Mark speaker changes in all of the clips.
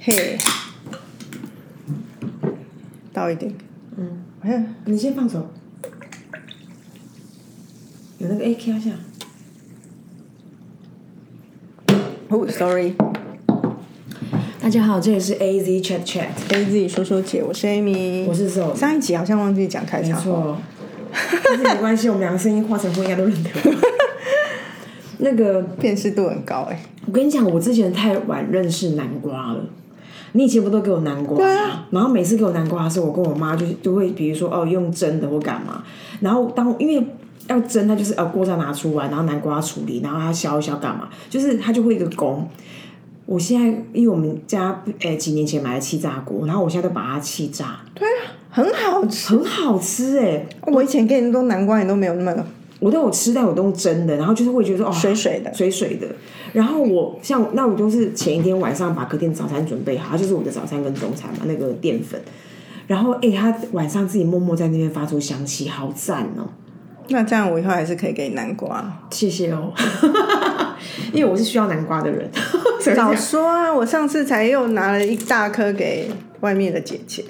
Speaker 1: 嘿，倒一点，
Speaker 2: 还有，你先放手。有那个 A K 啊下，
Speaker 1: 哦，sorry，A
Speaker 2: 大家好，这里是 A Z Chat Chat，
Speaker 1: 自己说说姐，我是 Amy，
Speaker 2: 我是 Zoe
Speaker 1: 上一集好像忘记讲开
Speaker 2: 没
Speaker 1: 场，
Speaker 2: 错，但是没关系，我们两个声音化成灰应该都 认得。那个，
Speaker 1: 辨识度很高哎、
Speaker 2: 我跟你讲，我之前太晚认识南瓜了。你以前不都给我南瓜吗？然后每次给我南瓜的时候，我跟我妈就就会比如说哦用蒸的或干嘛，然后当因为要蒸，它就是呃锅渣拿出来，然后南瓜处理，然后它削一削干嘛，就是它就会一个工。我现在因为我们家诶、几年前买了气炸锅，然后我现在都把它气炸，
Speaker 1: 对啊，很好吃。
Speaker 2: 很好吃哎、
Speaker 1: 我以前给你都南瓜，你都没有那么
Speaker 2: 我都有吃，但我都用蒸的，然后就是会觉得哦，
Speaker 1: 水水的
Speaker 2: 水水的。然后我像那我都是前一天晚上把隔天早餐准备好，它就是我的早餐跟中餐嘛，那个淀粉。然后哎、它晚上自己默默在那边发出香气，好赞哦、
Speaker 1: 那这样我以后还是可以给你南瓜。
Speaker 2: 谢谢 哦，因为我是需要南瓜的人。 所以这
Speaker 1: 早
Speaker 2: 样
Speaker 1: 说啊！我上次才又拿了一大颗给外面的姐姐。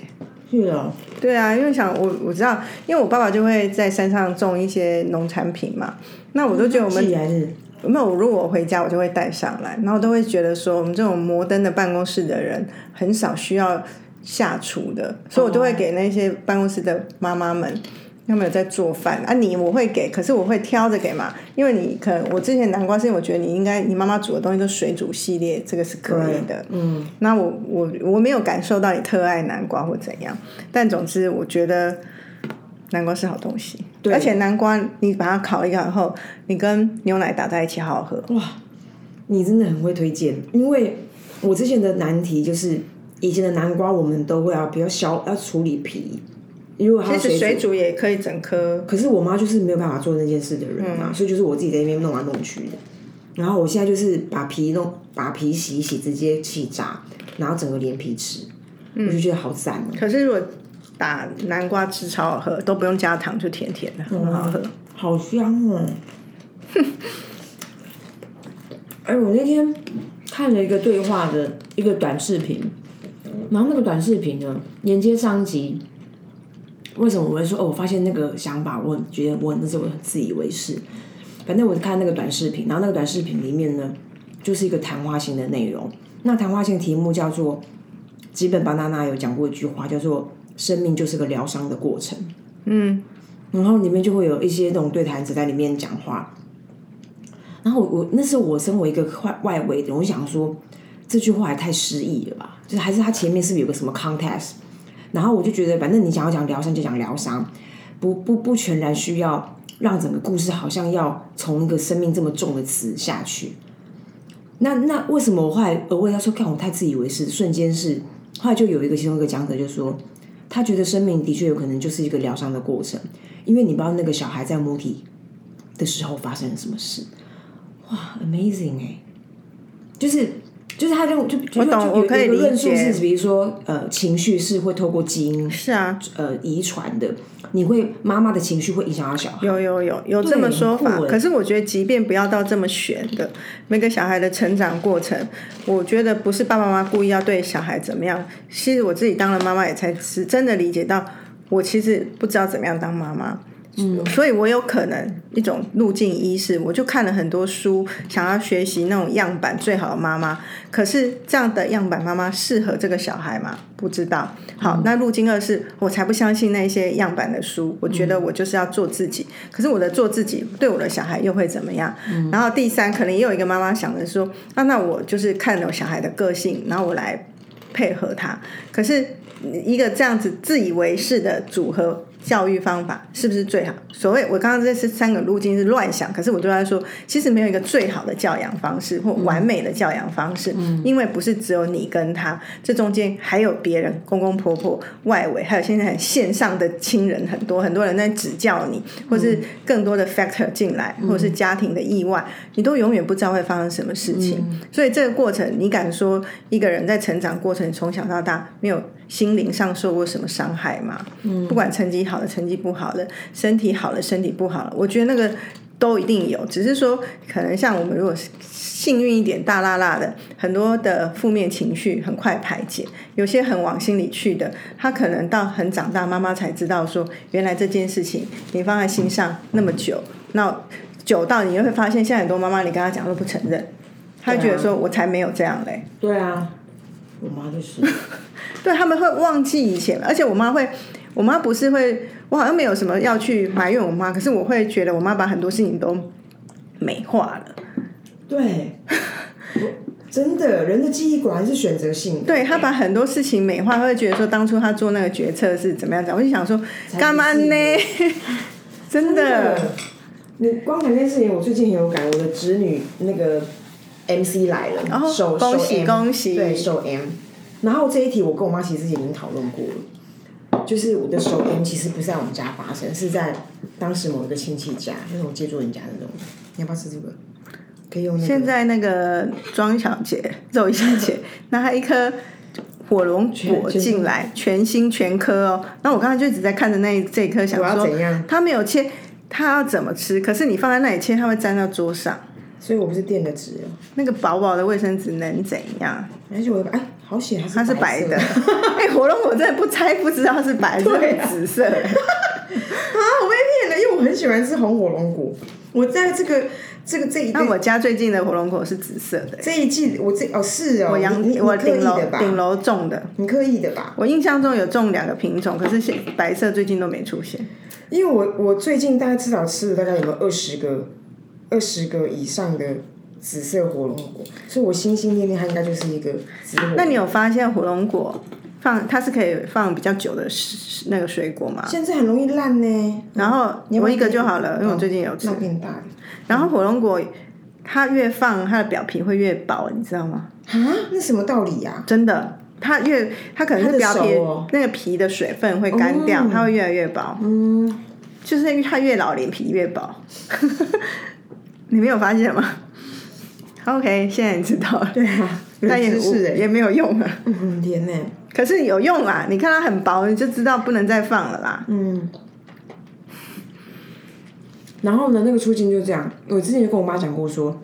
Speaker 2: 是哦，
Speaker 1: 对啊，因为想我我知道，因为我爸爸就会在山上种一些农产品嘛，那我都觉得我们
Speaker 2: 既然是
Speaker 1: 没有，如果我回家我就会带上来，然后都会觉得说我们这种摩登的办公室的人很少需要下厨的，所以我都会给那些办公室的妈妈们。他们有在做饭啊？你我会给，可是我会挑着给嘛，因为你可能我之前南瓜是因为我觉得你应该你妈妈煮的东西都水煮系列，这个是可以的。嗯，那我我我没有感受到你特爱南瓜或怎样，但总之我觉得南瓜是好东西，
Speaker 2: 对
Speaker 1: 而且南瓜你把它烤一烤后，你跟牛奶打在一起好好喝。
Speaker 2: 哇，你真的很会推荐，因为我之前的难题就是以前的南瓜，我们都会要比较削，要处理皮。如果它
Speaker 1: 其实
Speaker 2: 水煮
Speaker 1: 水煮也可以整颗，
Speaker 2: 可是我妈就是没有办法做那件事的人啊，所以就是我自己在那边弄来弄去的。然后我现在就是把皮弄，把皮洗一洗，直接气炸，然后整个连皮吃，我就觉得好赞哦、
Speaker 1: 可是如果打南瓜汁超好喝，都不用加糖就甜甜的，很好喝。
Speaker 2: 好香哦、哎，我那天看了一个对话的一个短视频，然后那个短视频呢，连接上一集。为什么我会说哦？我发现那个想法，我觉得我那时候我很自以为是。反正我看那个短视频，然后那个短视频里面呢，就是一个谈话性的内容。那谈话性题目叫做“基本巴娜娜”有讲过一句话，叫做“生命就是个疗伤的过程”。然后里面就会有一些那种对谈者在里面讲话。然后我我那时候我身为一个外外围的人，我想说这句话也太诗意了吧？就是还是他前面是不是有个什么 contest？然后我就觉得，反正你想要讲疗伤就讲疗伤，不不不全然需要让整个故事好像要从一个生命这么重的词下去。那那为什么我后来我问他说，看我太自以为是，瞬间是后来就有一个其中一个讲者就说，他觉得生命的确有可能就是一个疗伤的过程，因为你不知道那个小孩在母体的时候发生了什么事。哇，amazing 哎、就是就是他就就就
Speaker 1: 我懂
Speaker 2: 就
Speaker 1: 我可以
Speaker 2: 有一个论
Speaker 1: 理
Speaker 2: 述
Speaker 1: 解
Speaker 2: 是，比如说呃，情绪是会透过基因
Speaker 1: 是啊，
Speaker 2: 呃遗传的，你会妈妈的情绪会影响到小孩。
Speaker 1: 有有有有这么说法
Speaker 2: 很，酷欸
Speaker 1: 可是我觉得，即便不要到这么悬的，每个小孩的成长过程，我觉得不是爸爸妈妈故意要对小孩怎么样。其实我自己当了妈妈，也才是真的理解到，我其实不知道怎么样当妈妈。嗯，所以我有可能一种路径一是，我就看了很多书，想要学习那种样板最好的妈妈。可是这样的样板妈妈适合这个小孩吗？不知道。好，那路径二是，我才不相信那些样板的书，我觉得我就是要做自己。可是我的做自己对我的小孩又会怎么样？然后第三，可能也有一个妈妈想着说，啊，那我就是看了我小孩的个性，然后我来配合他。可是一个这样子自以为是的组合教育方法是不是最好？所谓我刚刚这是三个路径是乱想，可是我对他说，其实没有一个最好的教养方式或完美的教养方式，因为不是只有你跟他，这中间还有别人，公公婆婆、外围，还有现在很线上的亲人很多，很多人在指教你，或是更多的 factor 进来，或者是家庭的意外，你都永远不知道会发生什么事情。所以这个过程，你敢说一个人在成长过程从小到大没有心灵上受过什么伤害吗？嗯，不管成绩好的，成绩不好的，身体好的，身体不好的，我觉得那个都一定有，只是说可能像我们如果是幸运一点，大辣辣的，很多的负面情绪很快排解，有些很往心里去的，他可能到很长大，妈妈才知道说，原来这件事情你放在心上那么久，那久到你就会发现，现在很多妈妈你跟她讲都不承认，她会觉得说我才没有这样嘞、
Speaker 2: 对啊，我妈就是，
Speaker 1: 对他们会忘记以前，而且我妈会，我妈不是会，我好像没有什么要去埋怨我妈，可是我会觉得我妈把很多事情都美化了，
Speaker 2: 对， 我真的，人的记忆果然是选择性的。
Speaker 1: 对她把很多事情美化，她会觉得说当初她做那个决策是怎么样讲，我就想说干嘛呢？ 真的，，
Speaker 2: 你嗯光讲这件事情，我最近很有感。我的侄女那个 MC 来了，
Speaker 1: 哦
Speaker 2: 手
Speaker 1: 恭喜
Speaker 2: 手 M，
Speaker 1: 恭喜
Speaker 2: 对手 M。然后这一题我跟我妈其实已经讨论过了，就是我的手 M 其实不是在我们家发生，是在当时某一个亲戚家，那种借住人家那种。你要不要吃这个？可以用那个。
Speaker 1: 现在那个庄小姐、肉小 姐拿她一颗。火龙果
Speaker 2: 全
Speaker 1: 进来，全新全颗哦。那我刚才就一直在看着那一这一颗，想
Speaker 2: 我要
Speaker 1: 说
Speaker 2: 怎样？
Speaker 1: 他没有切，他要怎么吃？可是你放在那里切，它会粘到桌上。
Speaker 2: 所以我不是垫了纸了，
Speaker 1: 那个薄薄的卫生纸能怎样？
Speaker 2: 而且我哎，好险，
Speaker 1: 它
Speaker 2: 它
Speaker 1: 是
Speaker 2: 是
Speaker 1: 白
Speaker 2: 色
Speaker 1: 的。 哎、火龙果真的不拆不知道是白色
Speaker 2: 对
Speaker 1: 还
Speaker 2: 啊
Speaker 1: 是紫色、
Speaker 2: 啊，我被骗了，因为我很喜欢吃红火龙果。我在这个这个这一
Speaker 1: 那我家最近的火龙果是紫色的、
Speaker 2: 这一季，我这哦是哦，
Speaker 1: 我阳
Speaker 2: 你你
Speaker 1: 我
Speaker 2: 你刻
Speaker 1: 顶
Speaker 2: 意
Speaker 1: 楼
Speaker 2: 的吧？
Speaker 1: 顶楼种的，
Speaker 2: 你刻意的吧？
Speaker 1: 我印象中有种两个品种，可是现白色最近都没出现。
Speaker 2: 因为我我最近大概至少吃了大概有没有二十个二十个以上的紫色火龙果，所以我心心念念它应该就是一个紫火。
Speaker 1: 那你有发现火龙果放它是可以放比较久的时那个水果吗？
Speaker 2: 现在很容易烂呢，
Speaker 1: 然后
Speaker 2: 你要
Speaker 1: 我
Speaker 2: 不要
Speaker 1: 一个
Speaker 2: 给
Speaker 1: 就
Speaker 2: 我
Speaker 1: 好了，因为我最近有吃
Speaker 2: 哦那。变大的
Speaker 1: 然后火龙果它越放它的表皮会越薄，你知道吗？
Speaker 2: 啊？那什么道理啊呀、
Speaker 1: 真的，它越它可能是表
Speaker 2: 它的
Speaker 1: 皮、
Speaker 2: 手哦
Speaker 1: 那个皮的水分会干掉，它会越来越薄。
Speaker 2: 嗯，
Speaker 1: 就是因为它越老脸皮越薄， 你没有发现吗？OK，现在你知道了，
Speaker 2: 对啊，
Speaker 1: 但也
Speaker 2: 冷知识
Speaker 1: 无
Speaker 2: 哎，
Speaker 1: 也没有用了。
Speaker 2: 嗯，很甜呢。
Speaker 1: 可是有用啦，你看它很薄，你就知道不能再放了啦。
Speaker 2: 嗯，然后呢，那个出境就这样。我之前就跟我妈讲过说，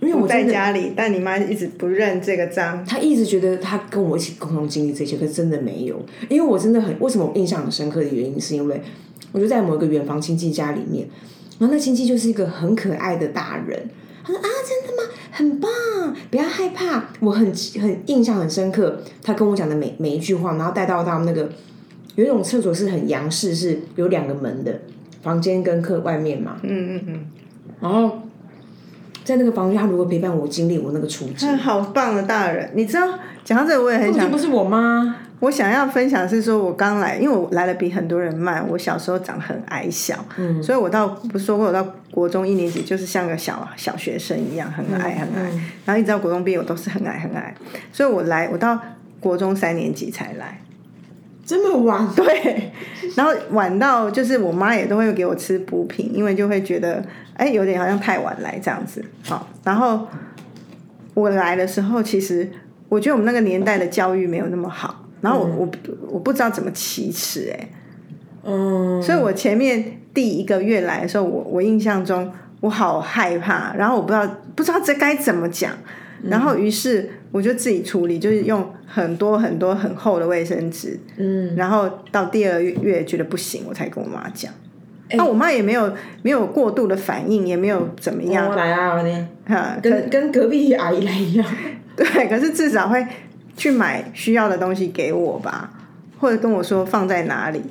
Speaker 2: 因为我
Speaker 1: 在
Speaker 2: 真的，
Speaker 1: 家里，但你妈一直不认这个章。
Speaker 2: 她一直觉得她跟我一起共同经历这些，可是真的没有。因为我真的很，为什么我印象很深刻的原因，是因为我就在某一个远房亲戚家里面，然后那亲戚就是一个很可爱的大人。他说啊，真的吗？很棒，不要害怕。我很很印象很深刻，他跟我讲的每每一句话，然后带到他们那个有一种厕所是很洋式，是有两个门的，房间跟客外面嘛。
Speaker 1: 嗯嗯嗯，
Speaker 2: 然后在那个房间，他如何陪伴我经历我那个处境，
Speaker 1: 那好棒的大人，你知道，讲到这个我也很
Speaker 2: 这
Speaker 1: 想
Speaker 2: 就不是我妈。
Speaker 1: 我想要分享是说，我刚来，因为我来的比很多人慢。我小时候长很矮小，嗯，所以我到不是说过，我到国中一年级就是像个小小学生一样，很矮很矮。然后一直到国中毕业，我都是很矮很矮。所以我来，我到国中三年级才来，
Speaker 2: 这么晚，
Speaker 1: 对。然后晚到就是我妈也都会给我吃补品，因为就会觉得哎、有点好像太晚来这样子。好，然后我来的时候，其实我觉得我们那个年代的教育没有那么好，然后我、我我不知道怎么启齿哎，
Speaker 2: 嗯，
Speaker 1: 所以我前面第一个月来的时候，我我印象中我好害怕，然后我不知道不知道这该怎么讲，
Speaker 2: 嗯
Speaker 1: 然后于是我就自己处理，就是用很多很多很厚的卫生纸，嗯，然后到第二月觉得不行，我才跟我妈讲。
Speaker 2: 哎
Speaker 1: 那、我妈也没有没有过度的反应，也没有怎么样，
Speaker 2: 我来啊，我呢，
Speaker 1: 哈、
Speaker 2: 跟跟隔壁阿姨来一样，
Speaker 1: 对，可是至少会去买需要的东西给我吧，或者跟我说放在哪里。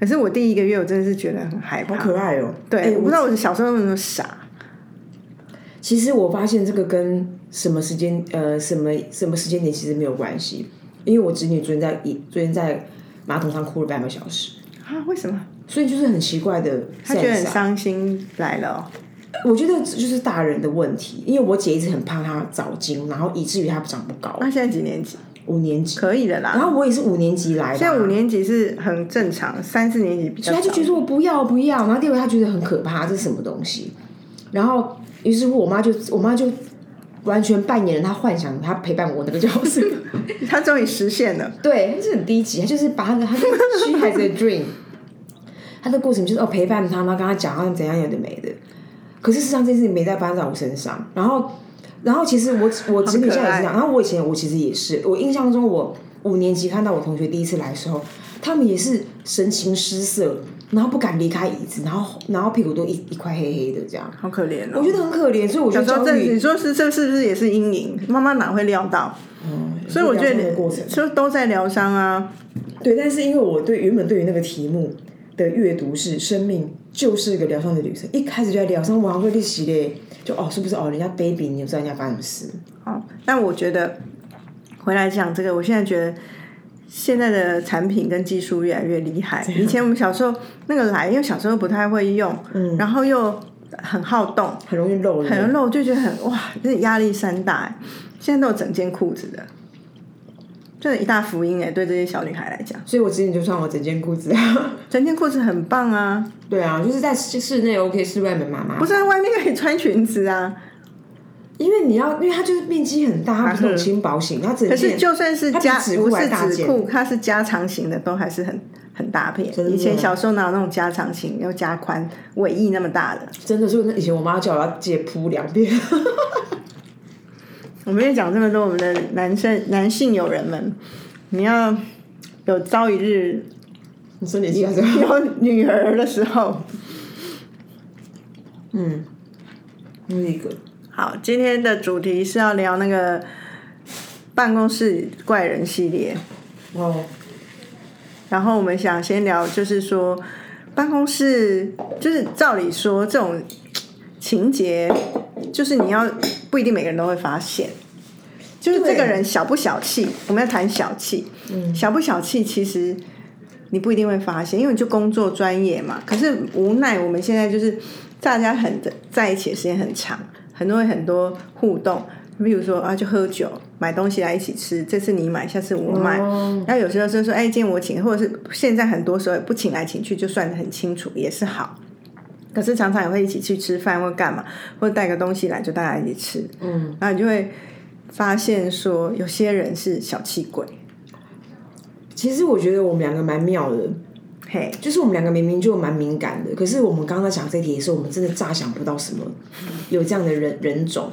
Speaker 1: 可是我第一个月我真的是觉得很害
Speaker 2: 好
Speaker 1: 怕，
Speaker 2: 可爱哦。
Speaker 1: 对，
Speaker 2: 哎
Speaker 1: 我不
Speaker 2: 我
Speaker 1: 知道我小时候有没有傻，
Speaker 2: 其实我发现这个跟什么时间呃什么什么时间点其实没有关系，因为我侄女昨天在一昨天在马桶上哭了半个小时，
Speaker 1: 啊，为什么？
Speaker 2: 所以就是很奇怪的 sense 啊，
Speaker 1: 他觉得很伤心来了、哦，
Speaker 2: 我觉得这就是大人的问题，因为我姐一直很怕她早经，然后以至于她长不高，
Speaker 1: 那现在几年级？
Speaker 2: 五年级。
Speaker 1: 可以的啦，
Speaker 2: 然后我也是五年级来的啊，
Speaker 1: 现在五年级是很正常，三四年级比较
Speaker 2: 所以她就
Speaker 1: 少。
Speaker 2: 觉得我不要不要，然后第二个她觉得很可怕，这是什么东西？然后于是乎我妈就我妈就完全扮演了她幻想她陪伴我那个角色，
Speaker 1: 他终于实现了，
Speaker 2: 对，她是很低级，她就是把她的她是 虚孩子的 dream，她的过程就是哦陪伴她，然后跟她讲她怎样有的没的。可是事实上这件事情没在班长身上。然后，然后其实我我侄女现在也是这样。然后我以前我其实也是，我印象中我五年级看到我同学第一次来的时候，他们也是神情失色，然后不敢离开椅子，然后然后屁股都一一块黑黑的这样。
Speaker 1: 好可怜哦。
Speaker 2: 我觉得很可怜，所以我觉得
Speaker 1: 说
Speaker 2: 教
Speaker 1: 这
Speaker 2: 育
Speaker 1: 你说是这是不是也是阴影？妈妈哪会料到？
Speaker 2: 嗯
Speaker 1: 所以我觉
Speaker 2: 疗伤的过
Speaker 1: 得
Speaker 2: 程
Speaker 1: 就都在疗伤啊。
Speaker 2: 对，但是因为我对原本对于那个题目的阅读是生命就是个疗伤的旅程，一开始就在疗伤，我还会去洗嘞，就哦是不是哦人家 baby，你也不知道人家发生什么事，
Speaker 1: 哦，但我觉得回来讲这个，我现在觉得现在的产品跟技术越来越厉害。以前我们小时候那个来，因为小时候不太会用，
Speaker 2: 嗯
Speaker 1: 然后又很好动，
Speaker 2: 很容易漏人。
Speaker 1: 很露就觉得很哇，这压力山大哎。现在都有整件裤子的，这一大福音哎，对这些小女孩来讲，
Speaker 2: 所以我之前就穿我整件裤子，啊
Speaker 1: 整件裤子很棒啊，
Speaker 2: 对啊，就是在室室内 OK，室外没妈妈
Speaker 1: 不，是在外面可以穿裙子啊。
Speaker 2: 因为你要，因为它就是面积很大，它不是那种轻薄型，它整
Speaker 1: 可是
Speaker 2: 件
Speaker 1: 就算是
Speaker 2: 它比
Speaker 1: 加
Speaker 2: 纸裤
Speaker 1: 不
Speaker 2: 还
Speaker 1: 是
Speaker 2: 大
Speaker 1: 纸
Speaker 2: 件
Speaker 1: 裤，它是加长型的，都还是很很大片。
Speaker 2: 的
Speaker 1: 以前小时候哪有那种加长型又加宽尾翼那么大的？
Speaker 2: 真的是那以前我妈叫我要借铺两 遍，
Speaker 1: 我们也讲这么多，我们的男生男性友人们，你要有朝一 日
Speaker 2: 你说你是要这样，
Speaker 1: 有女儿的时候，
Speaker 2: 嗯，那个
Speaker 1: 好，今天的主题是要聊那个办公室怪人系列。
Speaker 2: 哦，
Speaker 1: 然后我们想先聊，就是说办公室，就是照理说这种情节，就是你要不一定每个人都会发现，就是这个人小不小气，我们要谈小气，小不小气其实。你不一定会发现，因为你就工作专业嘛。可是无奈我们现在就是大家很在一起的时间很长，很多很多互动，比如说啊，就喝酒、买东西来一起吃，这次你买，下次我买。
Speaker 2: 哦
Speaker 1: 那有时候就说，哎，今天我请，或者是现在很多时候也不请来请去，就算得很清楚，也是好。可是常常也会一起去吃饭或干嘛，或者带个东西来就大家一起吃，
Speaker 2: 嗯，
Speaker 1: 然后你就会发现说，有些人是小气鬼，
Speaker 2: 其实我觉得我们两个蛮妙的，
Speaker 1: 嘿，
Speaker 2: 就是我们两个明明就蛮敏感的，可是我们刚刚讲这题的时候，我们真的乍想不到什么
Speaker 1: 嗯
Speaker 2: 有这样的人人种。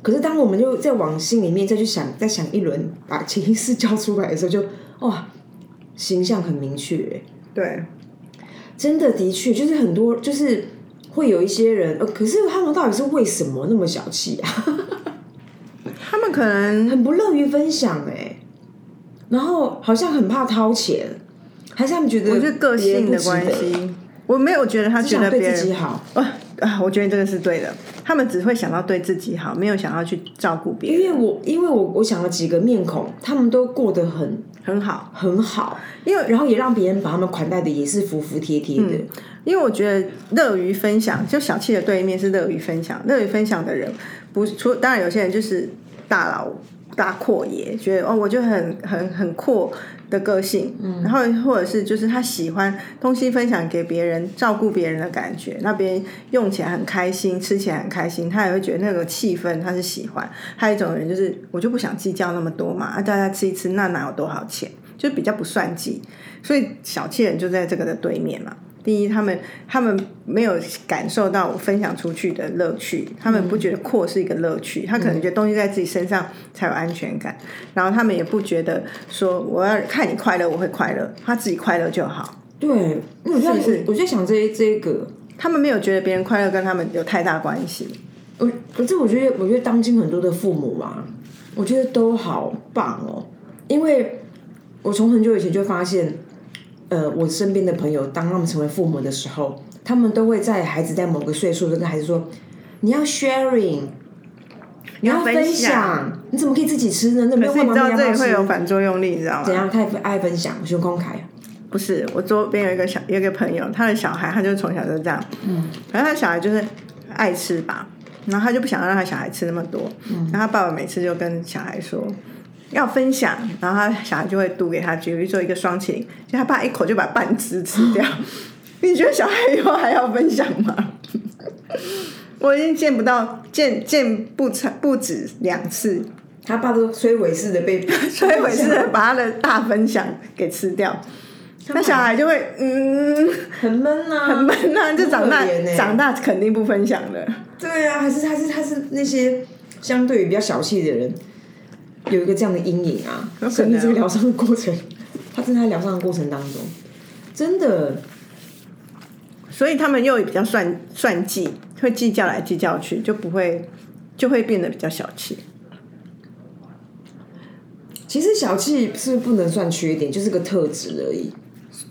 Speaker 2: 可是当我们又再往心里面再去想，再想一轮，把潜意识叫出来的时候就，哇，形象很明确耶，
Speaker 1: 对，
Speaker 2: 真的的确就是很多就是会有一些人，呃，可是他们到底是为什么那么小气啊？
Speaker 1: 他们可能
Speaker 2: 很不乐于分享哎、然后好像很怕掏钱，还是他们觉得
Speaker 1: 我觉得个
Speaker 2: 别人
Speaker 1: 性
Speaker 2: 不
Speaker 1: 的
Speaker 2: 值
Speaker 1: 关
Speaker 2: 得，
Speaker 1: 系，我没有觉得他
Speaker 2: 只
Speaker 1: 觉
Speaker 2: 想
Speaker 1: 得别
Speaker 2: 对自己
Speaker 1: 人
Speaker 2: 好。
Speaker 1: 哇啊，我觉得这个是对的，他们只会想到对自己好，没有想要去照顾别
Speaker 2: 因
Speaker 1: 人，
Speaker 2: 为我因为我我想了几个面孔，他们都过得很
Speaker 1: 很好。
Speaker 2: 很好，因为然后也让别人把他们款待的也是服服帖帖的，
Speaker 1: 因为我觉得乐于分享，就小气的对面是乐于分享。乐于分享的人，不是除当然有些人就是大佬大阔爷，觉得哦，我就很很很阔的个性，然后或者是就是他喜欢东西分享给别人，照顾别人的感觉，那别人用起来很开心，吃起来很开心，他也会觉得那个气氛他是喜欢。还有一种人就是我就不想计较那么多嘛，啊，大家吃一吃，那哪有多少钱？就比较不算计，所以小气人就在这个的对面嘛。第一，他们他们没有感受到我分享出去的乐趣，他们不觉得阔是一个乐趣，他可能觉得东西在自己身上才有安全感，然后他们也不觉得说我要看你快乐我会快乐，他自己快乐就好，
Speaker 2: 对，因为我在
Speaker 1: 是不是
Speaker 2: 我我在想这一这一个，
Speaker 1: 他们没有觉得别人快乐跟他们有太大关系。
Speaker 2: 我可是我觉得我觉得当今很多的父母啊，我觉得都好棒哦，因为我从很久以前就发现，呃，我身边的朋友当他们成为父母的时候，他们都会在孩子在某个岁数就跟孩子说，你要 sharing。你要
Speaker 1: 要分
Speaker 2: 分
Speaker 1: 享
Speaker 2: 享，你怎么可以自己吃呢？那没有
Speaker 1: 可是
Speaker 2: 问
Speaker 1: 你
Speaker 2: 妈
Speaker 1: 知道
Speaker 2: 妈要不
Speaker 1: 这
Speaker 2: 要
Speaker 1: 里会
Speaker 2: 吃
Speaker 1: 有反作用力，你知道吗？
Speaker 2: 怎样？太爱分享，熊公凯。
Speaker 1: 不是，我周边有一个小有一个朋友，他的小孩，他就从小就这样，嗯，反正他小孩就是爱吃吧，然后他就不想让他小孩吃那么多，然后他爸爸每次就跟小孩说要分享，然后他小孩就会嘟给他，比如说一个双麒麟，就他爸一口就把半只吃 掉，你觉得小孩以后还要分享吗？ 我已经见不到见见不成不止两次，
Speaker 2: 他爸都摧毁式的被
Speaker 1: 所以我是把他的大分享给吃掉。那小孩就会嗯
Speaker 2: 很闷呐、
Speaker 1: 很闷 啊，就长大
Speaker 2: 很可怜欸
Speaker 1: 长大肯定不分享的。
Speaker 2: 对啊，还是还是还是那些相对于比较小气的人，有一个这样的阴影啊
Speaker 1: 有可能啊，
Speaker 2: 甚至这个疗伤的过程，他正在疗伤的过程当中，真的
Speaker 1: 所以他们又比较算算计，会计较来计较去，就不会就会变得比较小气。
Speaker 2: 其实小气是不能算缺点，就是个特质而已。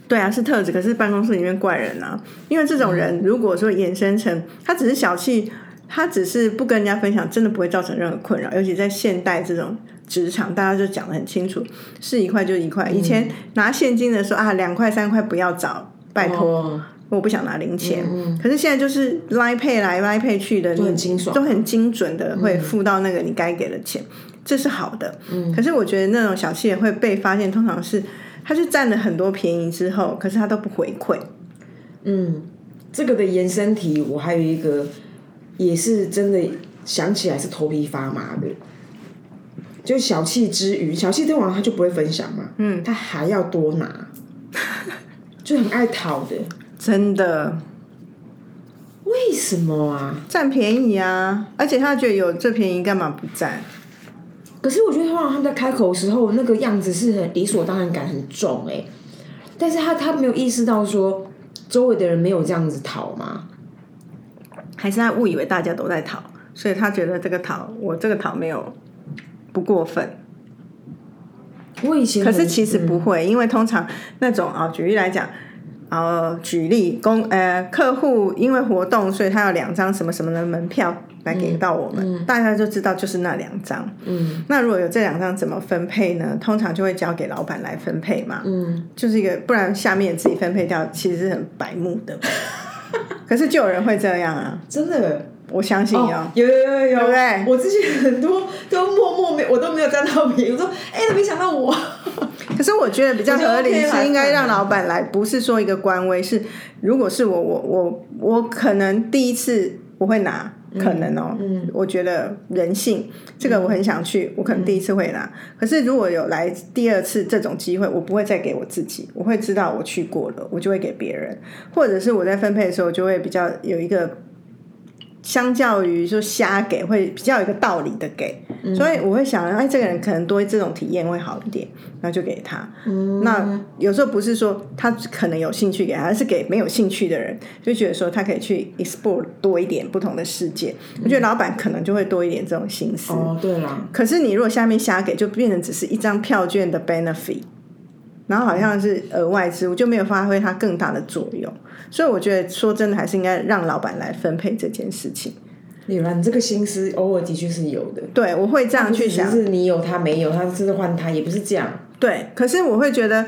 Speaker 1: 对啊，是特质，可是办公室里面怪人啊，因为这种
Speaker 2: 嗯
Speaker 1: 人如果说衍生成他只是小气，他只是不跟人家分享，真的不会造成任何困扰。尤其在现代这种职场，大家就讲得很清楚，是一块就一块。以
Speaker 2: 嗯
Speaker 1: 前拿现金的时候啊，两块三块不要找，拜托，
Speaker 2: 哦，
Speaker 1: 我不想拿零钱。可是现在就是 Line Pay 来 Line Pay 去的，
Speaker 2: 嗯都很
Speaker 1: 你
Speaker 2: 清爽嗯
Speaker 1: 都很精准的会付到那个你该给的钱，这是好的。
Speaker 2: 嗯
Speaker 1: 可是我觉得那种小气也会被发现，通常是他就占了很多便宜之后，可是他都不回馈。
Speaker 2: 这个的延伸题，我还有一个也是真的想起来是头皮发麻的。就小气之余，小气通常他就不会分享嘛，嗯，他还要多拿，就很爱讨的。
Speaker 1: 真的
Speaker 2: 为什么啊？
Speaker 1: 占便宜啊！而且他觉得有这便宜干嘛不占？
Speaker 2: 可是我觉得，通常他们在开口的时候，那个样子是很理所当然感很重哎、但是他他没有意识到说，周围的人没有这样子讨吗？
Speaker 1: 还是他误以为大家都在讨，所以他觉得这个讨我这个讨没有不过分。
Speaker 2: 我以前
Speaker 1: 可
Speaker 2: 很
Speaker 1: 是其实不会，因为通常那种啊、举例来讲，呃，举例公呃客户因为活动，所以他有两张什么什么的门票来给到我们，大家就知道就是那两张。嗯，那如果有这两张怎么分配呢？通常就会交给老板来分配嘛。嗯，就是一个不然下面自己分配掉，其实是很白目 的。可是就有人会这样啊，
Speaker 2: 真的啊
Speaker 1: 我相信哦有。
Speaker 2: 有有有有有，
Speaker 1: 对不对
Speaker 2: 我之前很多都默默没，我都没有占到便宜。我说，哎、没想到我，
Speaker 1: 可是我觉得比较合理
Speaker 2: 我觉得 OK 啦
Speaker 1: 是应该让老板来，不是说一个官微是，如果是我我我我可能第一次我会拿，
Speaker 2: 嗯
Speaker 1: 可能哦、我觉得人性这个我很想去，我可能第一次会
Speaker 2: 嗯
Speaker 1: 拿，可是如果有来第二次这种机会，我不会再给我自己，我会知道我去过了，我就会给别人，或者是我在分配的时候就会比较有一个相较于说瞎给，会比较有一个道理的给，所以我会想，哎，这个人可能多这种体验会好一点，然后就给他。那有时候不是说他可能有兴趣给他，而是给没有兴趣的人，就觉得说他可以去 explore 多一点不同的世界。我觉得老板可能就会多一点这种心思。
Speaker 2: 哦，对啦，
Speaker 1: 可是你如果下面瞎给，就变成只是一张票券的 benefit，然后好像是额外支付，就没有发挥它更大的作用。所以我觉得说真的，还是应该让老板来分配这件事情。
Speaker 2: 有啦，你这个心思偶尔的确是有的。
Speaker 1: 对，我会这样去想
Speaker 2: 只。是你有他没有，他真的换他也不是这样。
Speaker 1: 对，可是我会觉得，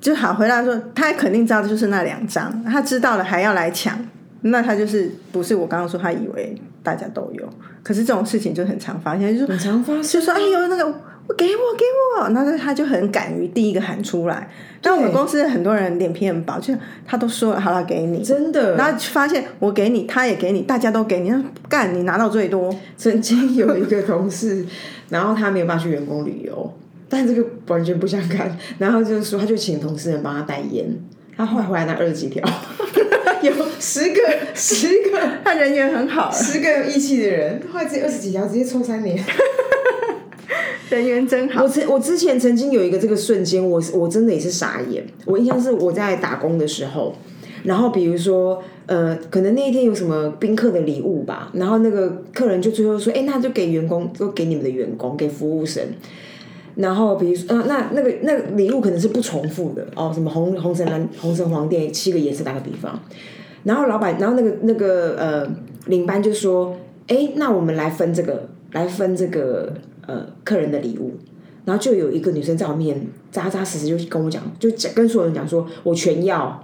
Speaker 1: 就好回答说，他肯定知道的就是那两张，他知道了还要来抢，那他就是不是我刚刚说他以为大家都有，可是这种事情就很常发现，就是说
Speaker 2: 很常发
Speaker 1: 就
Speaker 2: 生，
Speaker 1: 说哎呦那个我给我给我，然后他就很敢于第一个喊出来。但我们公司很多人脸皮很薄，就他都说了好了给你，
Speaker 2: 真的，
Speaker 1: 然后发现我给你，他也给你，大家都给你，那干你拿到最多，
Speaker 2: 曾经有一个同事，然后他没有办法去员工旅游，但这个完全不相干。然后就是说，他就请同事们帮他代言，他后来回来拿二十几条， 有十个十个
Speaker 1: 他人缘很好，
Speaker 2: 十个有义气的人，后来直接二十几条，直接抽三年。
Speaker 1: 人缘真好。
Speaker 2: 我之我之前曾经有一个这个瞬间，我我真的也是傻眼。我印象是我在打工的时候，然后比如说呃，可能那一天有什么宾客的礼物吧，然后那个客人就最后说，哎、那就给员工，就给你们的员工，给服务生。然后比如说，呃，那那个那个礼物可能是不重复的哦，什么红红橙蓝红橙黄靛七个颜色，打个比方。然后老板，然后那个那个呃领班就说，哎，那我们来分这个，来分这个呃客人的礼物。然后就有一个女生在我面前扎扎实实就跟我讲，就讲跟所有人讲说，我全要。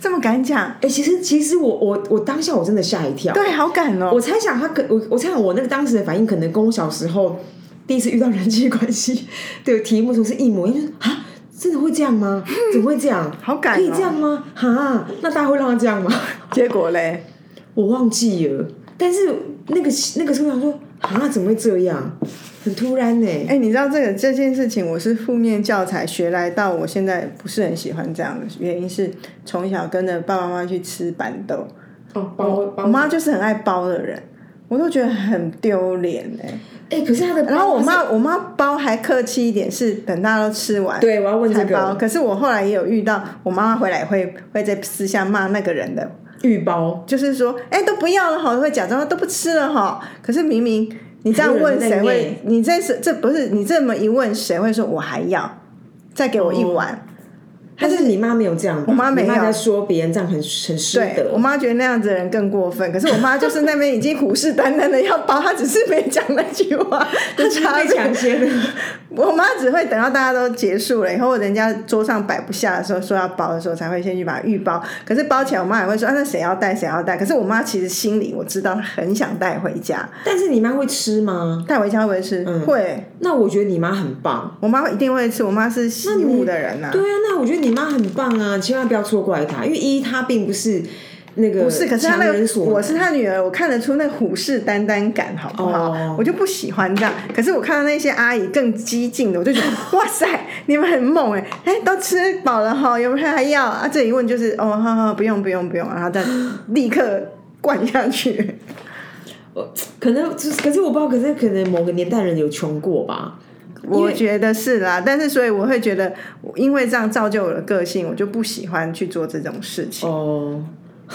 Speaker 1: 这么敢讲，
Speaker 2: 哎、其实其实我我我当下我真的吓一跳，
Speaker 1: 对，好敢哦、
Speaker 2: 我猜想他可我我猜想我那个当时的反应可能跟我小时候第一次遇到人际关系 的题目时候是一模一样，就是啊，真的会这样 吗？怎么会这样？
Speaker 1: 好感
Speaker 2: 可以
Speaker 1: 哦
Speaker 2: 这样吗？哈，那大家会让他这样吗？
Speaker 1: 结果嘞，
Speaker 2: 我忘记了，但是那个那个时候我想说，啊，怎么会这样？很突然呢、
Speaker 1: 哎、你知道这个这件事情，我是负面教材学来到我现在不是很喜欢这样的原因是，从小跟着爸爸妈妈去吃板豆，
Speaker 2: 哦，包
Speaker 1: 我妈就是很爱包的人，我都觉得很丢脸哎。
Speaker 2: 哎、可是他的包是，
Speaker 1: 然后我妈我妈包还客气一点，是等大家都吃完。
Speaker 2: 对我要问这
Speaker 1: 才包，
Speaker 2: 个
Speaker 1: 可是我后来也有遇到，我妈妈回来也会会在私下骂那个人的，
Speaker 2: 预包，
Speaker 1: 就是说，哎、都不要了哈，会假装都不吃了哈。可是明明你这样问
Speaker 2: 还有人在
Speaker 1: 谁
Speaker 2: 念
Speaker 1: 会？你这是这不是你这么一问，谁会说我还要？再给我一碗。
Speaker 2: 哦但是你妈没有这样吧，我
Speaker 1: 妈没有
Speaker 2: 在说别人这样很很 失
Speaker 1: 对我
Speaker 2: 德。
Speaker 1: 妈觉得那样子的人更过分，可是我妈就是那边已经虎视眈眈的要包，她只是没讲那句 话，就差
Speaker 2: 被抢先了，
Speaker 1: 我妈只会等到大家都结束了以后，人家桌上摆不下的时候，说要包的时候，才会先去把它预包。可是包起来，我妈也会说：“啊，那谁要带谁要带。”可是我妈其实心里我知道，她很想带回家，
Speaker 2: 但是你妈会吃吗？
Speaker 1: 带回家会不会吃？
Speaker 2: 嗯
Speaker 1: 会，
Speaker 2: 那我觉得你妈很棒。
Speaker 1: 我妈一定会吃。我妈是习武的人呐、
Speaker 2: 对啊，那我觉得你妈很棒啊，千万不要错怪她，因为一她并不是那个
Speaker 1: 不是，可是她那
Speaker 2: 强人
Speaker 1: 个
Speaker 2: 所
Speaker 1: 我
Speaker 2: 难
Speaker 1: 是她女儿，我看得出那虎视眈眈感，好不好？
Speaker 2: 哦
Speaker 1: 我就不喜欢这样。可是我看到那些阿姨更激进的，我就觉 得哇塞，你们很猛哎、哎、都吃饱了哈，有没有还要啊？这一问就是哦，好好不用不用不用，然后再立刻灌下 去。
Speaker 2: 可能就是，可是我不知道，可是可能某个年代人有穷过吧。
Speaker 1: 我觉得是啦，但是所以我会觉得，因为这样造就我的个性，我就不喜欢去做这种事情。
Speaker 2: 哦，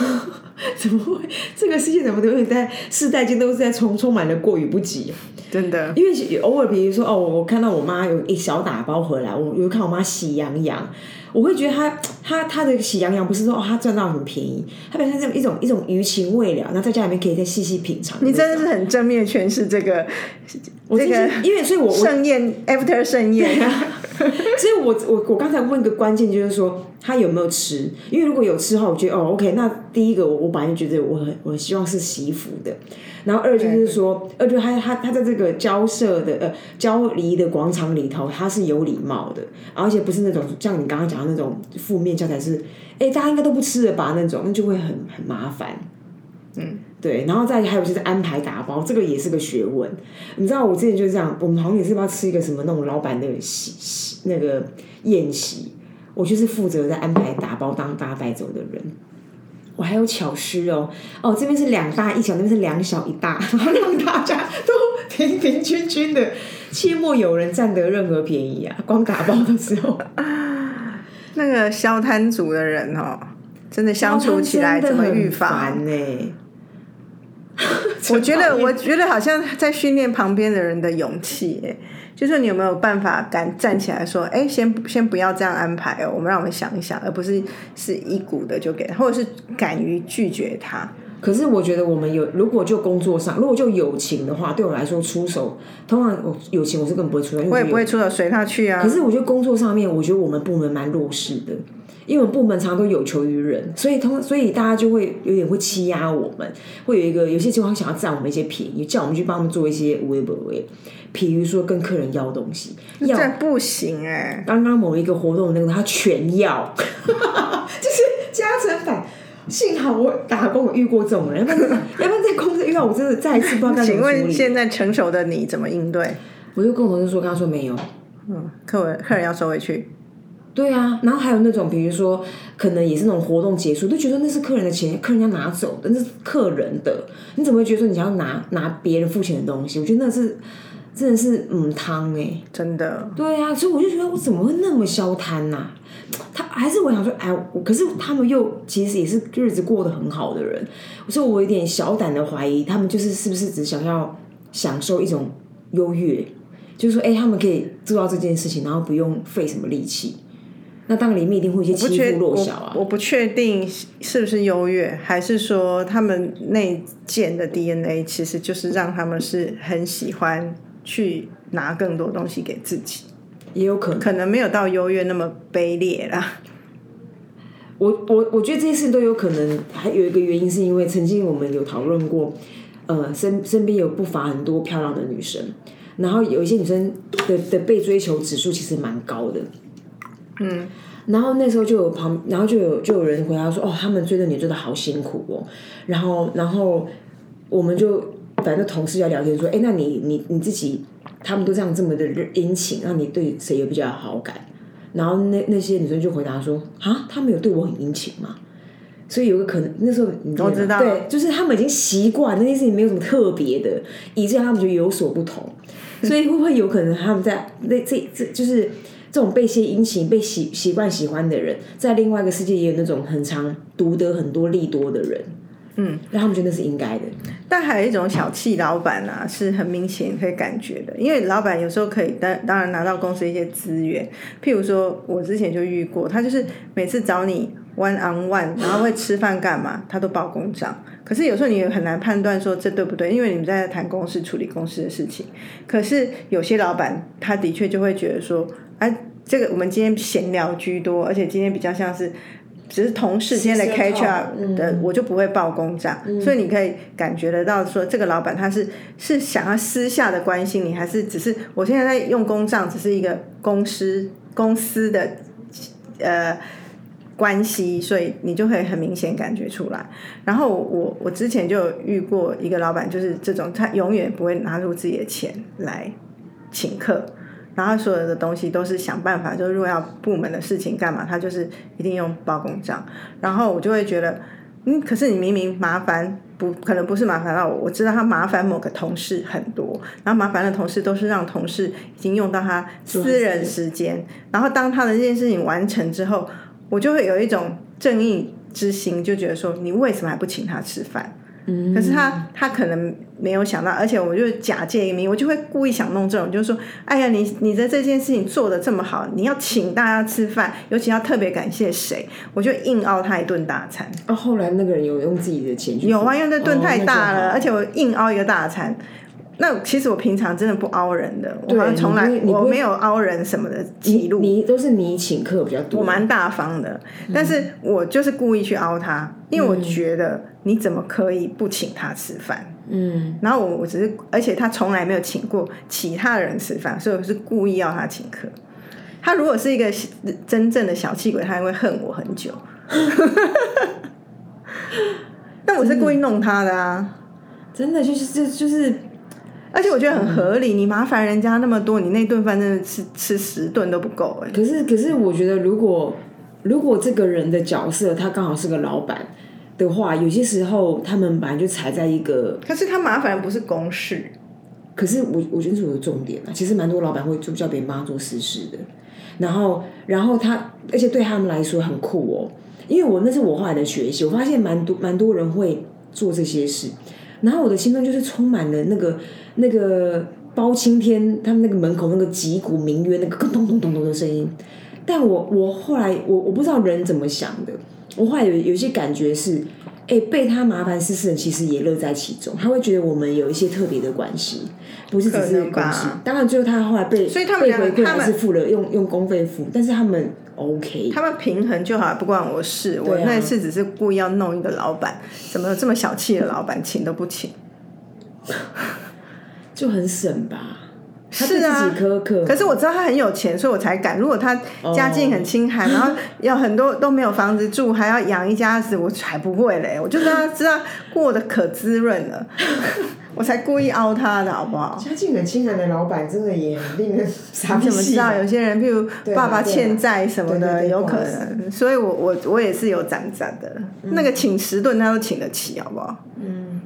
Speaker 2: 怎么会？这个世界怎么都有点在世代间都是在充充满了过与不及、
Speaker 1: 真的，
Speaker 2: 因为偶尔比如说哦，我看到我妈有一小打包回来，我有看我妈喜羊羊，我会觉得她她她的喜羊羊不是说哦她赚到很便宜，她表现这种一种一种余情未了，那在家里面可以再细细品尝。
Speaker 1: 你真的是很正面诠释这个
Speaker 2: 我
Speaker 1: 这
Speaker 2: 这
Speaker 1: 个
Speaker 2: 个，因为所以我啊我
Speaker 1: 盛宴 after 盛宴。
Speaker 2: 所以我我我刚才问一个关键就是说他有没有吃，因为如果有吃的话，我觉得哦 OK，那第一个我我本来就觉得我很我希望是洗衣服的，然后二就是说，二就是他他他在这个交涉的呃交离的广场里头，他是有礼貌的，而且不是那种像你刚刚讲的那种负面教材是，哎、大家应该都不吃了吧那种，那就会很很麻烦。对，然后再还有就是安排打包，这个也是个学问。你知道我之前就是这样，我们好像也是要吃一个什么那种老板的喜喜那个宴席，我就是负责在安排打包当大家带走的人。我还有巧思哦，哦这边是两大一小，那边是两小一大， 然后让大家都平平均均的，切莫有人占得任何便宜啊！光打包的时 候，
Speaker 1: 那个消摊族的人哦，真的相处起来怎么预防？
Speaker 2: 呢、
Speaker 1: 我觉得，我觉得好像在训练旁边的人的勇气耶，就是你有没有办法敢站起来说，哎，先不先不要这样安排哦，我们让我们想一想，而不是是一股的就给，或者是敢于拒绝他。
Speaker 2: 可是我觉得我们有，如果就工作上，如果就友情的话，对我来说出手，通常我友情我是根本不会出手，因
Speaker 1: 我也
Speaker 2: 为觉
Speaker 1: 不
Speaker 2: 得
Speaker 1: 会出手随他去啊
Speaker 2: 可。是我觉得工作上面，我觉得我们部门蛮弱势的，因为我们部门常常都有求于人，所以通所以大家就会有点会欺压我们，会有一个有些情况想要占我们一些便宜，叫我们去帮他们做一些无微不微，比如说跟客人要东西，要
Speaker 1: 这不行哎、
Speaker 2: 刚刚某一个活动那个他全要， 就是加成版。幸好我打工我遇过这种人，要不然要不然在公司遇到我真的再一次不知道该怎
Speaker 1: 请
Speaker 2: 么处
Speaker 1: 问
Speaker 2: 理。
Speaker 1: 现在成熟的你怎么应对？
Speaker 2: 我就跟我同事说，跟他说没有。
Speaker 1: 嗯，客人客人要收回去，
Speaker 2: 对啊，然后还有那种，比如说，可能也是那种活动结束，就觉得那是客人的钱，客人要拿走的，那是客人的，你怎么会觉得说你想要拿拿别人付钱的东西？我觉得那是真的是嗯汤哎、
Speaker 1: 真的。
Speaker 2: 对啊，所以我就觉得我怎么会那么消贪呐、他还是我想说，哎，我可是他们又其实也是日子过得很好的人，所以我有点小胆的怀疑，他们就是是不是只想要享受一种优越，就是说，哎、他们可以做到这件事情，然后不用费什么力气。那当然里面一定会有一些欺
Speaker 1: 确
Speaker 2: 负弱小啊
Speaker 1: 我，我不确定是不是优越，还是说他们内建的 DNA 其实就是让他们是很喜欢去拿更多东西给自己，
Speaker 2: 也有可能。
Speaker 1: 可能没有到优越那么卑劣啦。
Speaker 2: 我我我觉得这些事情都有可能，还有一个原因是因为曾经我们有讨论过，呃，身身边有不乏很多漂亮的女生，然后有一些女生的的被追求指数其实蛮高的，
Speaker 1: 嗯，
Speaker 2: 然后那时候就有旁，然后就有就有人回答说，哦，他们追的你追的好辛苦哦，然后然后我们就反正同事要聊天说，哎，那你你你自己他们都这样这么的殷勤，那你对谁有比较有好感？然后那那些女生就回答说：“啊，他们有对我很殷勤吗？”所以有个可能，那时候你
Speaker 1: 我知道
Speaker 2: 对，就是他们已经习惯那件事情没有什么特别的，以至于他们觉得有所 不同。所以会不会有可能他们在那这这就是这种被一些殷勤、被习习惯喜欢的人，在另外一个世界也有那种很常独得很多利多的人，嗯，让他们觉得那是应该的。
Speaker 1: 但还有一种小气老板啊，是很明显可以感觉的，因为老板有时候可以当当然拿到公司一些资源，譬如说我之前就遇过，他就是每次找你 one on one，然后会吃饭干嘛，他都报公账。可是有时候你也很难判断说这对不对，因为你们在谈公事、处理公司的事情。可是有些老板他的确就会觉得说，哎、这个我们今天闲聊居多，而且今天比较像是。只是嗯同事间的
Speaker 2: Sister
Speaker 1: catch up
Speaker 2: talk，嗯
Speaker 1: 的，我就不会报公账，所以你可以感觉得到说，这个老板他是是想要私下的关心你，还是只是我现在在用公账，只是一个公司公司的呃关系，所以你就会很明显感觉出来。然后我我之前就有遇过一个老板，就是这种，他永远不会拿出自己的钱来请客，然后所有的东西都是想办法，就是如果要部门的事情干嘛，他就是一定用包公账。然后我就会觉得，嗯，可是你明明麻烦不可能不是麻烦到我，我知道他麻烦某个同事很多，然后麻烦的同事都是让同事已经用到他私人时间，然后当他的这件事情完成之后，我就会有一种正义之心，就觉得说你为什么还不请他吃饭？
Speaker 2: 嗯
Speaker 1: 可是他他可能没有想到，而且我就假借一个名，我就会故意想弄这种，就是说，哎呀，你你的这件事情做的这么好，你要请大家吃饭，尤其要特别感谢谁，我就硬凹他一顿大餐。
Speaker 2: 啊，后来那个 人有用自己的钱去付，
Speaker 1: 有啊，因为那顿
Speaker 2: 哦
Speaker 1: 太大了，而
Speaker 2: 且
Speaker 1: 且我硬凹一个大餐。那其实我平常真的不凹人的，我好像
Speaker 2: 你
Speaker 1: 从来
Speaker 2: 不会你不
Speaker 1: 我
Speaker 2: 会
Speaker 1: 没有凹人什么的记录。
Speaker 2: 你都是你请客比较多，
Speaker 1: 我蛮大方的，
Speaker 2: 嗯
Speaker 1: 但是我就是故意去凹他，因为我觉得你怎么可以不请他吃饭？
Speaker 2: 嗯，
Speaker 1: 然后我我只是，而且他从来没有请过其他人吃饭，所以我是故意要他请客。他如果是一个真正的小气鬼，他会恨我很 久。但我是故意弄他的啊，
Speaker 2: 真的就是就就是
Speaker 1: 而且我觉得很合
Speaker 2: 嗯
Speaker 1: 理。你麻烦人家那么多，你那顿饭真的吃吃十顿都不够哎、
Speaker 2: 可是，可是我觉得，如果如果这个人的角色他刚好是个老板的话，有些时候他们本来就踩在一个，
Speaker 1: 可是他麻烦的不是公事，
Speaker 2: 可是我我觉得这是我的重点啊。其实蛮多老板会就叫别人帮他做私事的，然后然后他，而且对他们来说很酷哦。因为我那是我后来的学习，我发现蛮多蛮多人会做这些事，然后我的心中就是充满了那个那个包青天他们那个门口那个击鼓鸣冤那个咚咚咚咚的声音。但我我后来我我不知道人怎么想的，我后来有有一些感觉是，哎、被他麻烦事事人其实也乐在其中，他会觉得我们有一些特别的关系，不是只
Speaker 1: 可
Speaker 2: 是
Speaker 1: 能吧
Speaker 2: 关系。当然，最后他后来被
Speaker 1: 所以他们
Speaker 2: 被回馈
Speaker 1: 他们
Speaker 2: 还是付了用用公费付，但是他们 OK，
Speaker 1: 他们平衡就好，不关我事。我
Speaker 2: 对啊
Speaker 1: 那次只是故意要弄一个老板，怎么有这么小气的老板，请都不请？
Speaker 2: 就很省吧。他对
Speaker 1: 是啊
Speaker 2: 自己苛刻，
Speaker 1: 可是我知道他很有钱，所以我才敢。如果他家境很清
Speaker 2: 哦
Speaker 1: 寒，然后要很多都没有房子住，还要养一家子，我才不会嘞。我就让他知道过得可滋润了， 我才故意凹他的好不好？
Speaker 2: 家境很清寒的老板真的也很令人伤啊
Speaker 1: 你怎么知道有些人，譬如
Speaker 2: 对啊
Speaker 1: 爸爸欠债什么
Speaker 2: 对啊
Speaker 1: 的，
Speaker 2: 对对对
Speaker 1: 有
Speaker 2: 不
Speaker 1: 可
Speaker 2: 好意思
Speaker 1: 能。所以我我我也是有攒攒的，那个请十顿他都请得起，好不好？
Speaker 2: 嗯，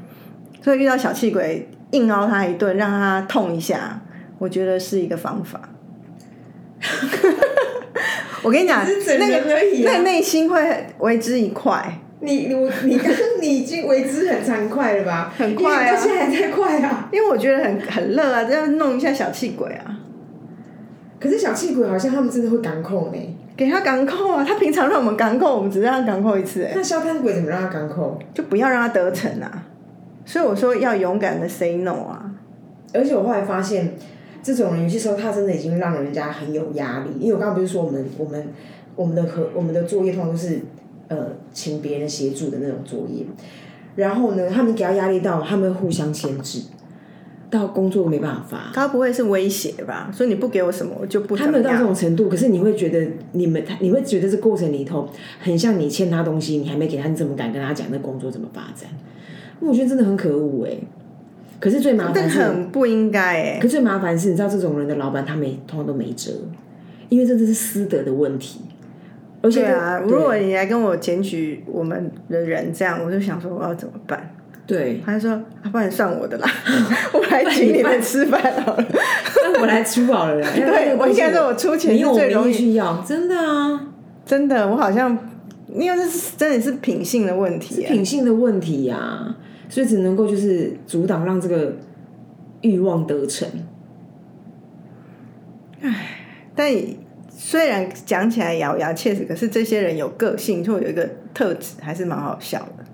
Speaker 1: 所以遇到小气鬼，硬凹他一顿，让他痛一下，我觉得是一个方 法。我跟你讲，
Speaker 2: 只是整
Speaker 1: 那
Speaker 2: 人
Speaker 1: 个
Speaker 2: 而已啊
Speaker 1: 那内心会为之一快。
Speaker 2: 你我你刚刚你已经为之很惭愧了吧？
Speaker 1: 很快啊
Speaker 2: 因为到现在还在快啊！
Speaker 1: 因为我觉得很很乐啊，这样弄一下小气鬼啊，
Speaker 2: 可是小气鬼好像他们真的会感控呢、
Speaker 1: 给他港扣啊！他平常让我们港扣，我们只让他港扣一次、欸，
Speaker 2: 那消摊鬼怎么让他感控？
Speaker 1: 就不要让他得逞啊！所以我说要勇敢的 say no 啊！
Speaker 2: 而且我后来发现，这种人有些时候他真的已经让人家很有压力。因为我刚刚不是说我们我们我们的和我们的作业通常都是呃请别人协助的那种作业，然后呢，他们给他压力到，他们会互相牵制，到工作没办法发。
Speaker 1: 他不会是威胁吧？说你不给我什么，我就不
Speaker 2: 他
Speaker 1: 怎
Speaker 2: 没
Speaker 1: 么
Speaker 2: 有到这
Speaker 1: 样。
Speaker 2: 种程度，可是你会觉得你们，你会觉得这过程里头很像你欠他东西，你还没给他，你怎么敢跟他讲那工作怎么发展？我觉得真的很可恶哎、可是最麻烦
Speaker 1: 但
Speaker 2: 是，
Speaker 1: 很不应该哎、
Speaker 2: 可是最麻烦是，你知道这种人的老板他没通常都没辙，因为这就是私德的问题。而且
Speaker 1: 对
Speaker 2: 这
Speaker 1: 啊，如果你来跟我检举我们的人这样，我就想说我要怎么办？
Speaker 2: 对，
Speaker 1: 他就说，啊、不然算我 的啦，我来请你们吃饭好了。
Speaker 2: 那我来出好了啦。因为 那
Speaker 1: 对，
Speaker 2: 个
Speaker 1: 我
Speaker 2: 东
Speaker 1: 应
Speaker 2: 西
Speaker 1: 该说我出钱
Speaker 2: 你
Speaker 1: 是
Speaker 2: 用我
Speaker 1: 最容
Speaker 2: 名义
Speaker 1: 易，
Speaker 2: 去要，真的啊，
Speaker 1: 真的，我好像因为这是真的是品性的问题、啊，
Speaker 2: 品性的问题呀、所以只能够就是阻挡让这个欲望得逞。
Speaker 1: 但虽然讲起来咬牙切齿，可是这些人有个性，就有一个特质，还是蛮好笑的。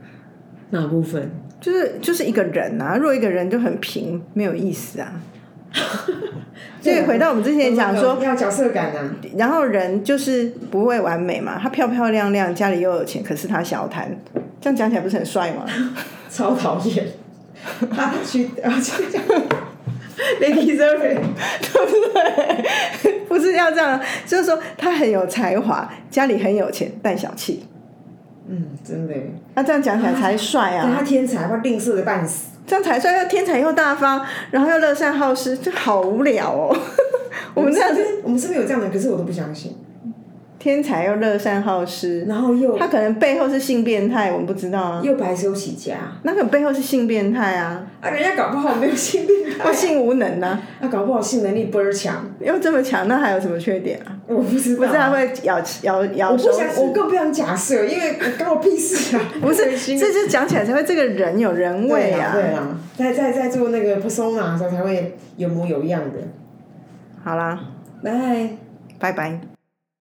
Speaker 2: 哪部分？
Speaker 1: 就是就是一个人啊，若一个人就很平，没有意思啊。所以回到我们之前讲说，
Speaker 2: 要角色感啊，
Speaker 1: 然后人就是不会完美嘛，他漂漂亮亮，家里又有钱，可是他小贪，这样讲起来不是很帅吗？
Speaker 2: 超讨厌。 他去啊，去讲 Lady s e r v i
Speaker 1: 对 不对？不是要这样，啊就是说他很有才华，家里很有钱，但小气。
Speaker 2: 嗯，真的耶，
Speaker 1: 那这样讲起来才帅啊！
Speaker 2: 但他天才，他吝啬的半死。
Speaker 1: 这样才算又天才又大方，然后又乐善好施，这好无聊哦。我们这样
Speaker 2: 是
Speaker 1: 子，
Speaker 2: 不是，我们是不是有这样的人？可是我都不相信。
Speaker 1: 天才又乐善好施，
Speaker 2: 然后又
Speaker 1: 他可能背后是性变态，我们不知道啊。
Speaker 2: 又白手起家，
Speaker 1: 那个背后是性变态啊，
Speaker 2: 啊，人家搞不好没有性病，
Speaker 1: 或性无能啊，
Speaker 2: 啊，搞不好性能力倍儿强，
Speaker 1: 又这么强，那还有什么缺点啊？
Speaker 2: 我不知
Speaker 1: 不
Speaker 2: 道。
Speaker 1: 是还啊会咬咬咬
Speaker 2: 我
Speaker 1: 手
Speaker 2: 不
Speaker 1: 指
Speaker 2: 想，？我更不想假设，因为关我屁事啊！
Speaker 1: 不是，这就讲起来才会这个人有人味
Speaker 2: 对
Speaker 1: 啊。
Speaker 2: 对啊，在在在做那个 persona 的时候才会有模有样的。
Speaker 1: 好啦，
Speaker 2: 来，
Speaker 1: 拜拜。